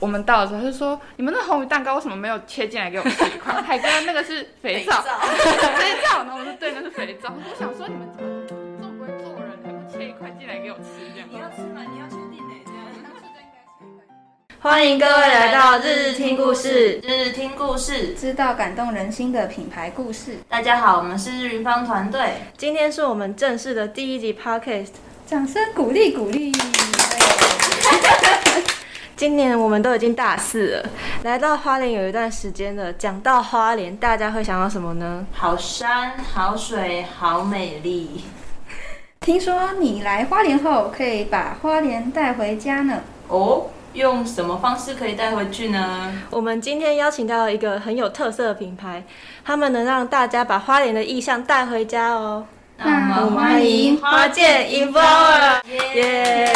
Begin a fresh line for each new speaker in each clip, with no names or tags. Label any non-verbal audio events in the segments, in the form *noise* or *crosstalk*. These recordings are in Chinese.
我们到的时候，他就说：“你们那红鱼蛋糕为什么没有切进来给我吃一块？”海哥那个是肥皂， *laughs* 肥皂，然后我说：“对，那是肥皂。”我想说你们怎么这么不会做人，还不切一块进来给我吃这样？
你要吃吗？你要确定哪家？
欢迎各位来到日日听故事。日日听故事，
知道感动人心的品牌故事，
大家好，我们是日云方团队。
今天是我们正式的第一集 podcast。
掌声鼓励鼓励。
今年我们都已经大四了，来到花莲有一段时间了。讲到花莲，大家会想到什么呢？
好山好水好美丽，
听说你来花莲后，可以把花莲带回家呢。
哦，用什么方式可以带回去呢？
我们今天邀请到一个很有特色的品牌，他们能让大家把花莲的意象带回家哦。
那
我
我
们
们
欢
欢
迎
迎
花
花
见
见
Inflower
Inflower。
耶
耶！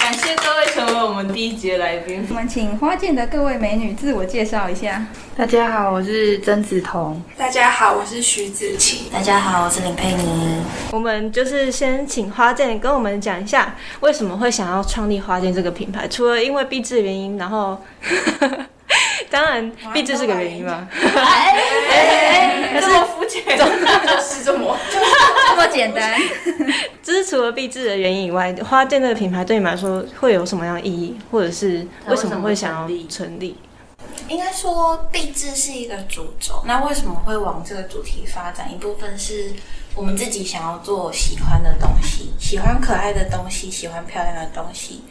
感谢各位成为我们第一集的来宾。
我们请花见的各位美女自我介绍一下。
大家好，我是曾梓彤。
大家好，我是徐子淇。
大家好，我是林佩妮。
我们就是先请花店跟我们讲一下，为什么会想要创立花店这个品牌？除了因为币制原因，然后 *laughs* 当然币制是个原因嘛。
这么肤浅，
是这么，
这么简单，
就是除了币制的原因以外，花店这个品牌对你们来说会有什么样的意义，或者是为什么会想要成立？
应该说地质是一个主轴。那为什么会往这个主题发展？一部分是我们自己想要做喜欢的东西，喜欢可爱的东西，喜欢漂亮的东西。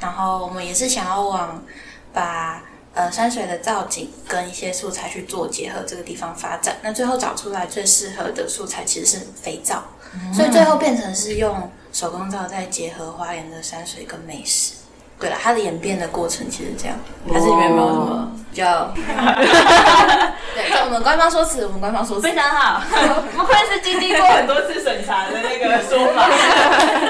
然后我们也是想要往把呃山水的造景跟一些素材去做结合，这个地方发展。那最后找出来最适合的素材其实是肥皂，
嗯
所以最后变成是用手工皂再结合花莲的山水跟美食。对了，它的演变的过程其实是这样，
哦
还是你们有没有什么比
*laughs*
较？对，我们官方说辞，我们官方说辞 *laughs*
非。常好，不愧是经历过很多次审查的那个说 *laughs* 法，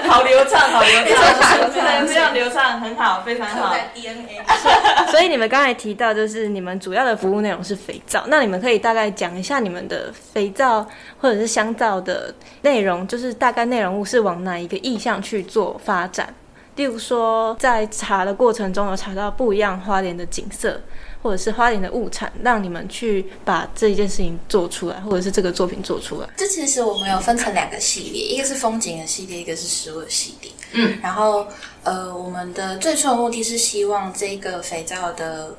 好流畅，好流畅，真的非常流畅，很好，非常好。
DNA，
*laughs* 所以你们刚才提到，就是你们主要的服务内容是肥皂，那你们可以大概讲一下你们的肥皂或者是香皂的内容，就是大概内容物是往哪一个意向去做发展？例如说，在查的过程中有查到不一样花莲的景色，或者是花莲的物产，让你们去把这一件事情做出来，或者是这个作品做出来。
这其实我们有分成两个系列，一个是风景的系列，一个是食物的系列。嗯，然后呃，我们的最初的目的是希望这个肥皂的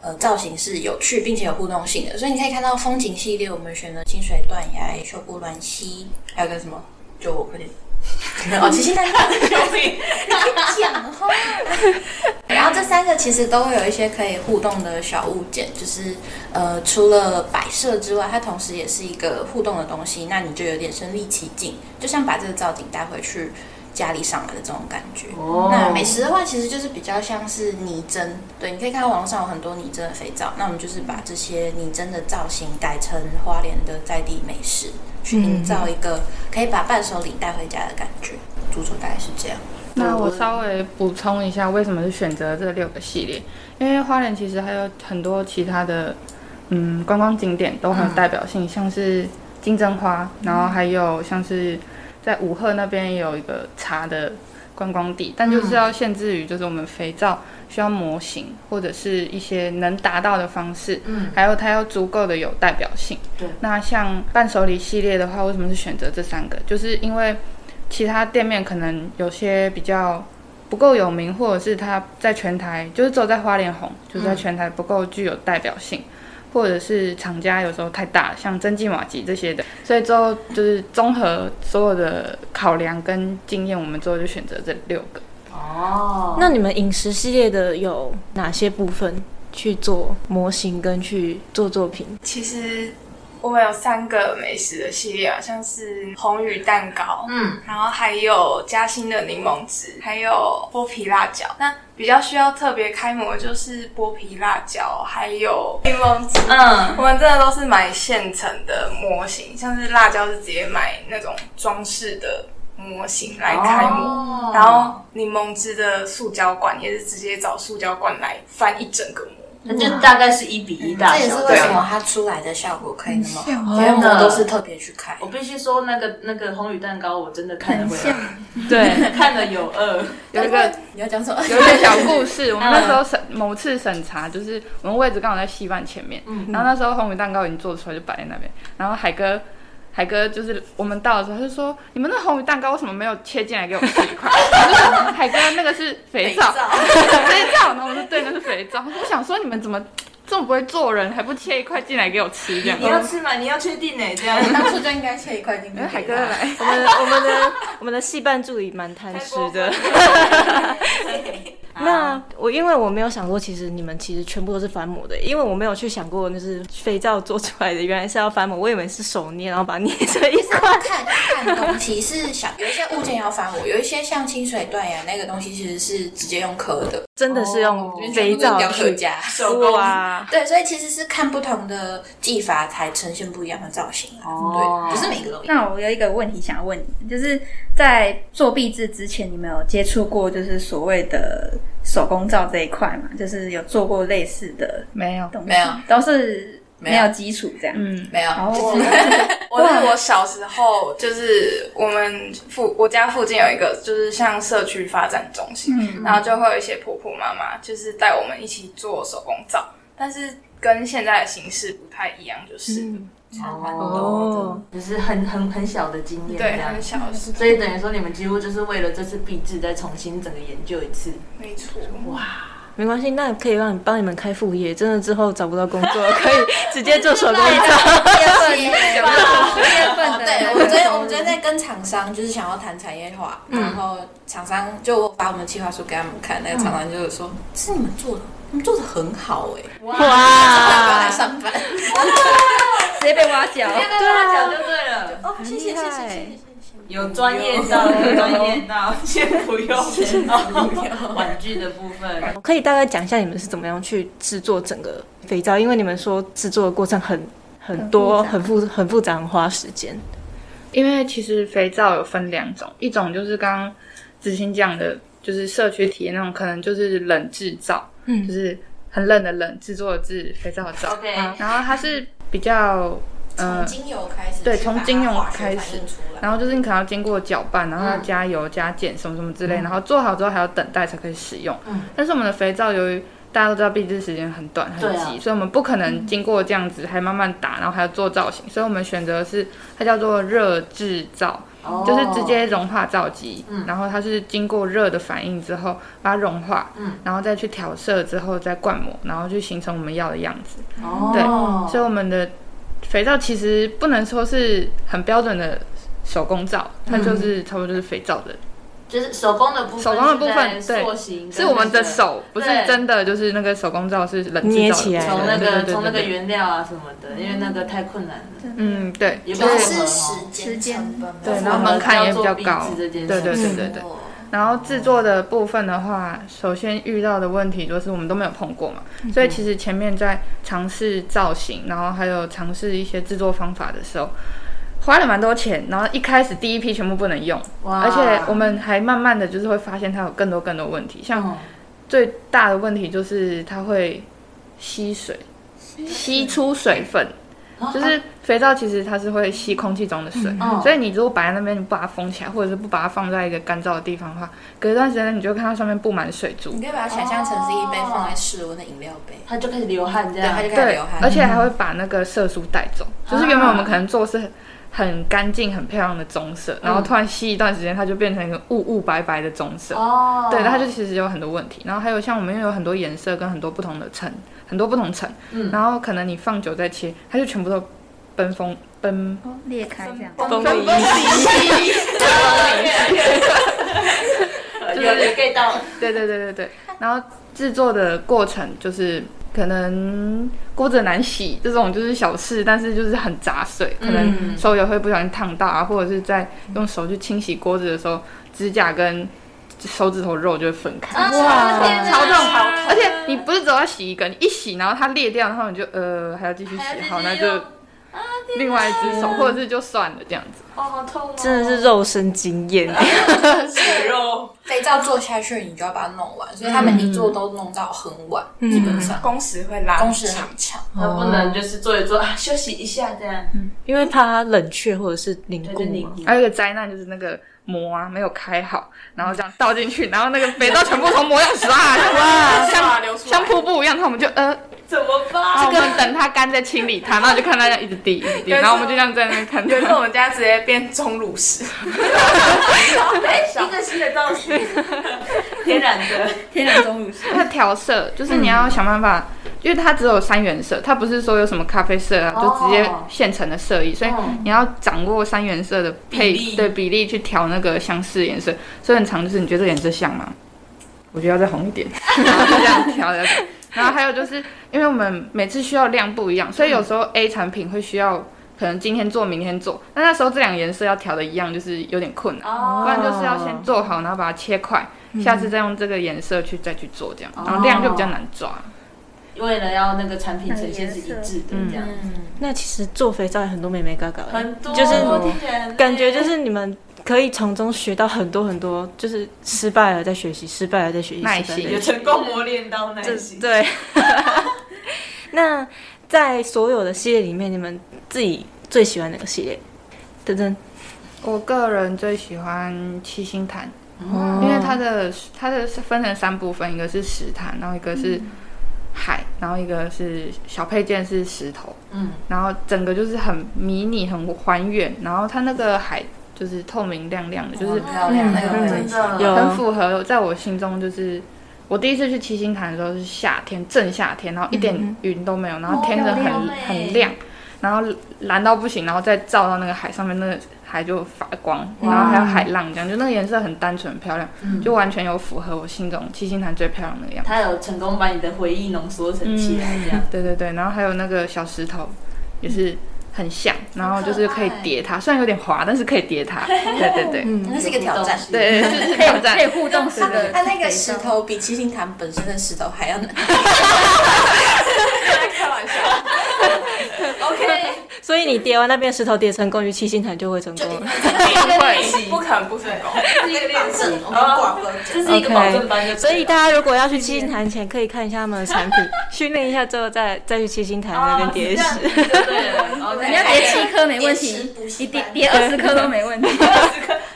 呃造型是有趣并且有互动性的，所以你可以看到风景系列，我们选了清水断崖、秀姑峦溪，还有个什么，就我快 *laughs* 点。哦，七星蛋糕，讲话。 *laughs* 然后这三个其实都会有一些可以互动的小物件，就是呃，除了摆设之外，它同时也是一个互动的东西，那你就有点身临其境，就像把这个造景带回去家里上来的这种感觉。
哦
那美食的话，其实就是比较像是拟真，对，你可以看到网络上有很多拟真的肥皂，那我们就是把这些拟真的造型改成花莲的在地美食，去营造
嗯
一个可以把伴手礼带回家的感觉。主厨大概是这样。
那我稍微补充一下，为什么是选择这六个系列？因为花莲其实还有很多其他的，嗯，观光景点都很有代表性，像是金针花，然后还有像是在武赫那边也有一个茶的观光地，但就是要限制于就是我们肥皂需要模型或者是一些能达到的方式，
嗯，
还有它要足够的有代表性。
对，
那像伴手礼系列的话，为什么是选择这三个？就是因为其他店面可能有些比较不够有名，或者是它在全台就是只有在花莲红，就是在全台不够具有代表性，或者是厂家有时候太大，像真记马吉这些的，所以之后就是综合所有的考量跟经验，我们之后就选择这六个。
哦，
那你们饮食系列的有哪些部分去做模型跟去做作品？
其实我们有三个美食的系列啊，像是红鱼蛋糕，
嗯，
然后还有嘉兴的柠檬汁，还有剥皮辣椒。那比较需要特别开模的就是剥皮辣椒，还有柠檬汁。
嗯，
我们真的都是买现成的模型，像是辣椒是直接买那种装饰的模型来开模。
哦
然后柠檬汁的塑胶管也是直接找塑胶管来翻一整个模，
那就大概是一比一大
这也
小
是。为
对
什
啊嗯
么它出来的效果可以那么好，
真
因为
的哦
我都是特别去看。
我必须说，那个那个红雨蛋糕，我真的看了会
很像
对，
*laughs* 看了有二，
有一个
你要讲什么？
有一个小故事，我们那时候审某次审查，就是我们位置刚好在戏班前面，然后那时候红米蛋糕已经做出来，就摆在那边，然后海哥。海哥就是我们到的时候，他就说：“你们那红米蛋糕为什么没有切进来给我们吃一块？” *laughs* 我就说：“海哥那个是肥皂， *laughs* 肥皂。”然后我说：“对，那是肥皂。”我想说你们怎么这么不会做人，还不切一块进来给我吃这样？
你要吃吗？你要确定呢、这样。 *laughs*
当初就应该切一块进去
因为哎海哥来，
我们我们的我们的戏办助理蛮贪吃的。 *laughs* 那我因为我没有想过，其实你们其实全部都是翻模的，因为我没有去想过，就是肥皂做出来的原来是要翻模，我以为是手捏，然后把它捏成一块。
看看东西是想有一些物件要翻我，有一些像清水断崖那个东西其实是直接用刻的，
*laughs* 真的是用肥
全部都是
皂
雕刻
去
家。
手
啊
工啊
哇，
对，所以其实是看不同的技法才呈现不一样的造型啊。
哦
对，不是每个都一
*laughs*
样。
那我有一个问题想要问你，就是在做壁纸之前，你们有接触过就是所谓的手工皂这一块嘛？就是有做过类似的
没有，
东西，
没有，
都是没
没
有
有
基础这样。
嗯，
没有，
哦，
我是我小时候，就是我们附我家附近有一个，就是像社区发展中心，
嗯
然后就会有一些婆婆妈妈，就是带我们一起做手工皂，但是跟现在的形式不太一样，就是、
哦，就是很很很小的经验，
对
这样
很小的事，
所以等于说你们几乎就是为了这次壁纸再重新整个研究一次。
没错。
没关系，那可以让你帮你们开副业，真的之后找不到工作 *laughs* 可以直接做手工皂。
*laughs*
第二份
月份的
哦对，我们昨天我们昨天在跟厂商就是想要谈产业化，然后厂商就把我们计划书给他们看，那个厂商就说：“是你们做的，你们做的很好哎、欸，要不要来
*laughs* 哇，
上班？”
直接被挖角。
对啊，讲就对了，
哦，谢谢谢谢谢谢。
有专业到，有专业到，先不用， *laughs* 先不 *laughs* 用玩具的部分。
可以大概讲一下你们是怎么样去制作整个肥皂，因为你们说制作的过程很很多，很复很复杂，很花时间。
因为其实肥皂有分两种，一种就是刚刚子欣讲的，就是社区体验那种，可能就是冷制皂，
嗯
就是很冷的冷，制作的制，肥皂的皂。
OK
啊然后它是比较，
从
呃，
精油开始，
对
去把它
从精油
化学
开始
反应出来，
然后就是你可能要经过搅拌，然后
嗯
要加油、加碱什么什么之类，然后做好之后还要等待才可以使用。
嗯
但是我们的肥皂由于大家都知道闭制时间很短很
对
急，
啊
所以我们不可能经过这样子还慢慢打，然后还要做造型，所以我们选择的是它叫做热制皂。 *laughs* 就是直接融化皂基，
哦嗯
然后它是经过热的反应之后把它融化，
嗯
然后再去调色之后再灌模，然后去形成我们要的样子。
哦，
所以我们的肥皂其实不能说是很标准的手工皂，它
嗯
就是差不多就是肥皂的，
就是手工的部分，
手工的部分
是在塑形跟
是我们的
那个
手，不是
对
真的就是那个手工皂是冷制
捏
皂的
起来
从那
对对
个
对
从那个
对对
原料啊什么的，因为那个太困难了，
嗯对，
也不
主要
适合
是
哦
时间哦成本
对，
没
然后
有
门槛也比较
要
高
做壁纸这，件事哦
对对对对对。然后制作的部分的话，首先遇到的问题就是我们都没有碰过嘛，所以其实前面在尝试造型，然后还有尝试一些制作方法的时候，花了蛮多钱。然后一开始第一批全部不能用，
哇
而且我们还慢慢的就是会发现它有更多更多问题，像
嗯
最大的问题就是它会吸水，哦吸出水分。就是肥皂，其实它是会吸空气中的水，
嗯
所以你如果摆在那边，你不把它封起来，或者是不把它放在一个干燥的地方的话，隔一段时间你就会看到上面布满水珠
你，可以把它想象成是一杯放在室温的饮料杯，
他就开始流汗这
对，
样，
它就开始
对
流汗，，
而且还会把那个色素带走。就是原本我们可能做是很很干净、很漂亮的棕色，然后突然吸一段时间，它就变成一个雾雾白白的棕色。
哦，
对，它就其实有很多问题。然后还有像我们又有很多颜色跟很多不同的层，很多不同层，
嗯
然后可能你放久再切，它就全部都奔风奔
哦裂开这样，
风味
有有 get 到，
*laughs* 对对对对对。然后制作的过程就是可能锅子难洗这种就是小事，但是就是很杂碎，可能手也会不小心烫到啊，或者是在用手去清洗锅子的时候，指甲跟手指头肉就会分开。
哇
超痛，
啊
而且你不是只要洗一个，你一洗，然后它裂掉，然后你就呃还要继续洗，好，那就
啊
另外一只手，或者是就算了这样子。
哦，好痛哦！
真的是肉身经验，
*laughs* 血肉，
肥皂做下去，你就要把它弄完，所以他们一做都弄到很晚，
嗯
基本上
工时会拉
工时很长。
那不能就是做一做啊，休息一下这样，
因为怕它冷却或者是凝
对，
固
就你
嘛。
还有一个灾难就是那个膜啊没有开好，然后这样倒进去，然后那个肥皂全部从膜上刷下去，哇，
*laughs* 哇
像
流出来
像瀑布一样，然后我们就呃，
怎么
然后我
办？
们等它干再清理它，然后就看它这样一直滴一直滴，
*laughs* 有一次
然后我们就这样在那边看
有一次我
它。
们家直接变钟乳石，
哎，一个新的造型，天然的，
天然钟乳石，
它调色就是你
嗯
要想办法，因为它只有三原色，它不是说有什么咖啡色啊，就
哦
直接现成的色艺，所以
嗯
你要掌握三原色的配
比例
对比例去调那个相似颜色，所以很常就是你觉得这个颜色像吗？我觉得要再红一
*laughs*
点，然后就这样调调调。然后还有就是，因为我们每次需要量不一样，所以
嗯
有时候 A 产品会需要可能今天做，明天做，那那时候这两个颜色要调的一样，就是有点困难。
哦
不然就是要先做好，然后把它切块，下次再用这个颜色去再去做这样，然后量就比较难抓。
为了要那个产品呈现是一致的这样，
嗯，
那其实做肥皂也很多美眉嘎嘎，
很多
就是
听起来很累
感觉就是你们可以从中学到很多很多，就是失败了再学习，失败了再学习，
耐
失败了再学习
心
有成功磨练到耐
这
心，
对。 *laughs* 那在所有的系列里面，你们自己最喜欢哪个系列？等等，
我个人最喜欢七星潭，
哦
因为它的它的是分成三部分，一个是石潭，然后一个是海，然后一个是小配件是石头，
嗯，
然后整个就是很迷你、很还原，然后它那个海就是透明亮亮的，就是
很漂亮，那个
嗯
会
真的
有
很符合在我心中就是。我第一次去七星潭的时候是夏天，正夏天，然后一
嗯
点云都没有，然后天的很
哦好亮欸
很亮，然后蓝到不行，然后再照到那个海上面，那个海就发光，然后还有海浪这样，就那个颜色很单纯很漂亮，
嗯
就完全有符合我心中七星潭最漂亮的样子。
他有成功把你的回忆浓缩成起来这样，
对对对，然后还有那个小石头也是很像，
嗯
然后就是可以叠它，虽然有点滑，但是可以叠它。对对对，
那是一个挑战。
对，就是挑战
嗯可以互动式
它
的。
它那个石头比七星潭本身的石头还要
*laughs*
难。
哦
开玩笑，
，OK，
所以你叠完那边石头叠成功，于七星潭就会成功了。
不可能不成功。
这是一个练习，
我们挂分，
这是一个保证班就对了，
所以大家如果要去七星潭前，可以看一下他们的产品，训练一下之后再再去七星潭那边叠石。
哦是这样就对了，OK，
*laughs* 你要叠七颗没问
叠十
题
补，习
你叠
班
叠二十颗都没问题。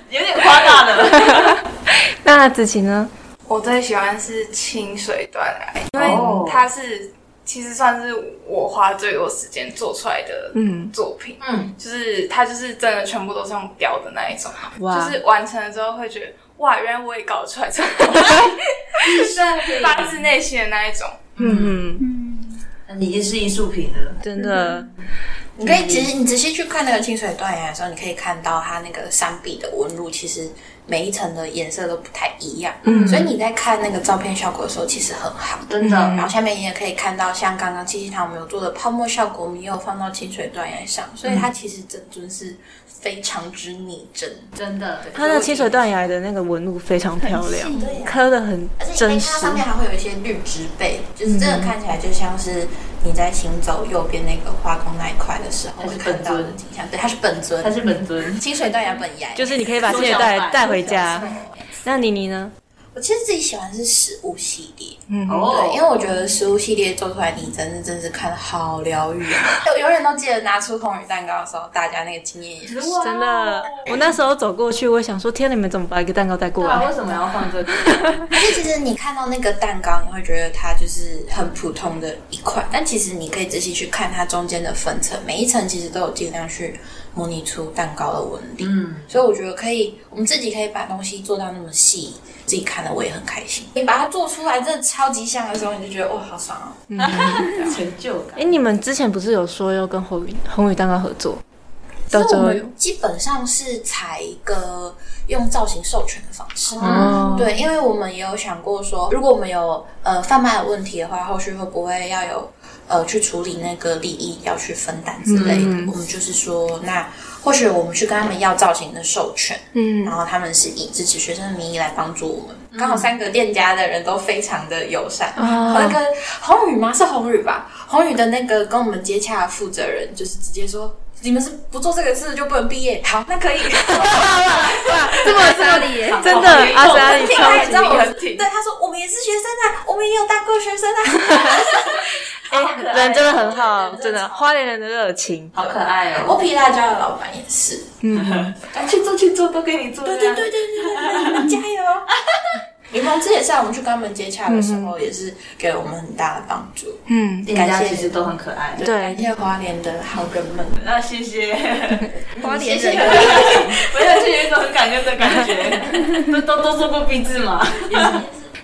有点夸大了，
那子晴呢？
我最喜欢是清水断崖，因
哦
为它是其实算是我花最多时间做出来的
嗯
作品，
嗯，
就是它就是真的全部都是用雕的那一种，啊
哇
就是完成了之后会觉得哇，原来我也搞得出来这 *laughs* 种
是
发自内心的那一种。
嗯，
你已经是艺术品了，
真的，
你可以，其实你仔细去看那个清水断崖的时候，你可以看到它那个山壁的纹路，其实每一层的颜色都不太一样。嗯，所以你在看那个照片效果的时候，其实很好。
真的
然后下面你也可以看到，像刚刚七七堂我们有做的泡沫效果，我们也有放到清水断崖上，所以它其实整尊是非常之拟真。
真的，
它那清水断崖的那个纹路非常漂亮，
对呀、
刻的很
而且你可以
真
看
实
到。上面还会有一些绿植被，
嗯
就是真的看起来就像是你在行走右边那个花宫那一块的时候
它
会
是
看到的
本尊
景象。对，它是本尊，
它是本尊，
清水断崖本崖。
就是你可以把这些带带回家。那妮妮呢？
我其实自己喜欢是食物系列，
嗯，
哦
对，因为我觉得食物系列做出来你真的真是看得好疗愈啊。 *laughs* 我永远都记得拿出红鱼蛋糕的时候，大家那个经验也是。
哇
真的，我那时候走过去，我想说，天，你们怎么把一个蛋糕带过
对啊，为
来？
什么要放这个？
而且其实你看到那个蛋糕，你会觉得它就是很普通的一块，但其实你可以仔细去看它中间的分层，每一层其实都有尽量去模拟出蛋糕的纹理。
嗯，
所以我觉得可以，我们自己可以把东西做到那么细，自己看了我也很开心。你把它做出来，真的超级像的时候，你就觉得哇，好爽哦！
成就感
哎，，你们之前不是有说要跟红宇红宇蛋糕合作？
所
到
以
最
我
后
们基本上是采一个用造型授权的方式。
哦，
嗯对，因为我们也有想过说，如果我们有呃贩卖的问题的话，后续会不会要有呃去处理那个利益要去分担之类的？
嗯
我们就是说，那或许我们去跟他们要造型的授权，
嗯
然后他们是以支持学生的名义来帮助我们，刚好三个店家的人都非常的友善。
啊
那个宏宇吗？是宏宇吧？宏宇的那个跟我们接洽的负责人就是直接说。你们是不做这个事就不能毕业？好，那可以。
这么道理耶，
真的阿斯阿里
听
超
他也知哦道我
级
们，对他说我们也是学生啊，我们也有当过学生啊。
哎，人真的很好，
人真的
真的花莲人的热情。
好可爱哦。
剥皮辣椒的老板也是，
哎，去做去做，都给你做。
对对对对对对，加油！柠檬汁也是啊，我们去跟他们接洽的时候，也是给了我们很大的帮助。
嗯，
店家
感谢
其实都很可爱。
对
感谢华联的好人们，
那谢谢，
花莲
谢谢
人
*laughs* 我想去有一种很感恩的感觉。
*laughs*
都都都做过壁纸嘛？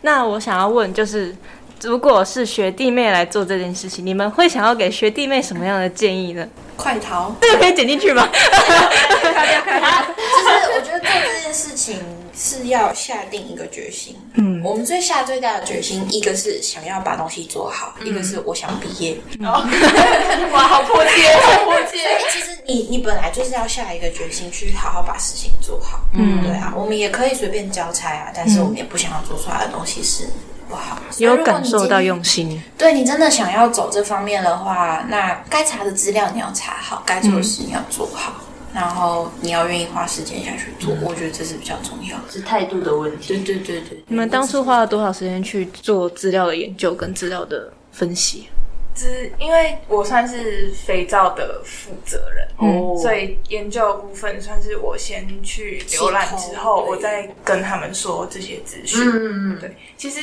那我想要问，就是如果是学弟妹来做这件事情，你们会想要给学弟妹什么样的建议呢？ *laughs*
快逃！
这个可以剪进去吗？
*laughs* 就是我觉得做这件事情是要下定一个决心。嗯，我们最下最大的决心，一个是想要把东西做好，
嗯
一个是我想毕业。哦
*laughs* 哇，好破
*laughs*
戒，好破
所
戒。
以其实你你本来就是要下一个决心去好好把事情做好。嗯，对啊，我们也可以随便交差啊，但是我们也不想要做出来的东西是不好。所以如
*laughs* 嗯有
果
感
你嗯
受
今
到
天
用心，
对你真的想要走这方面的话，那该查的资料你要查好，该做的事你要做好，然后你要愿意花时间下去做，我觉得这是比较重要的。
是态度的问题。
对对对对，
你们当初花了多少时间去做资料的研究跟资料的分析？
之，因为我算是肥皂的负责人，
嗯
哦
所以研究的部分算是我先去浏览之后，
对
我再跟他们说这些资讯。
嗯，
对，其实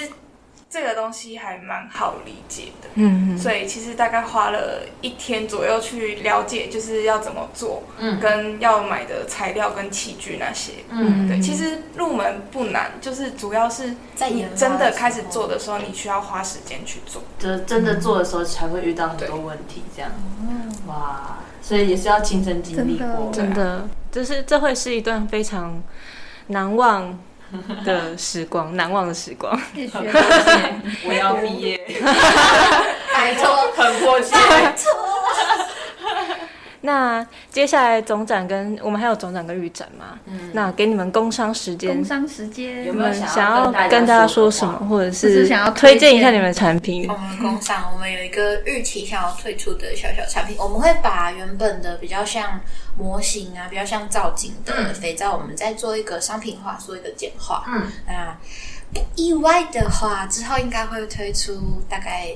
这个东西还蛮好理解的，
嗯
所以其实大概花了一天左右去了解，就是要怎么做，
嗯
跟要买的材料跟器具那些，
嗯
对，其实入门不难，就是主要是
在
你
研发
真的
的时
开始
候
做的时候，你需要花时间去做。
就真的做的时候才会遇到很多问题，这样。哇，所以也是要亲身经历过。
真的，就是这会是一段非常难忘的时光，难忘的时光。
必须
我要毕业，
拜托，
很迫 *laughs* 切。
那接下来总展跟我们还有总展跟预展嘛？那给你们工商时间
工，商时间
有
你
没有
们想要
跟
跟
大
大
家
家
说
说
什
什
么
么，或者
或
是
是想要
推
推
荐一下
荐
你们的产品
我？们工厂我们有一个预期想要推出的小小产品，我们会把原本的比较像模型啊，比较像造景的肥皂，我们再做一个商品化，做一个简化。
嗯，
那不意外的话，之后应该会推出大概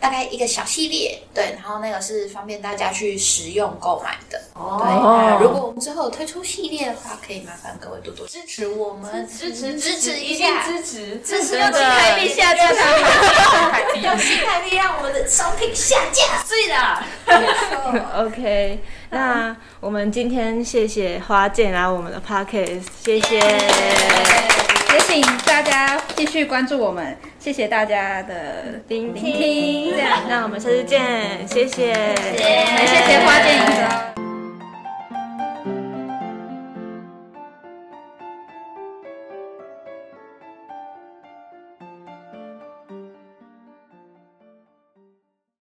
大概一个小系列，对，然后那个是方便大家去实用购买的。对，那如果我们之后有推出系列的话，可以麻烦各位多多支持我们，支持支持一下，
支持
支持
真的
台币下架， *laughs*
币
用新台币让我们的商品下架。
对啦，
没错
*laughs* OK，那我们今天谢谢花姐来我们的 Podcast，谢谢。
也请大家继续关注我们，谢谢大家的
聆听
聆听，这样，
那我们下次见，谢谢，谢
哎我们谢谢花见影周。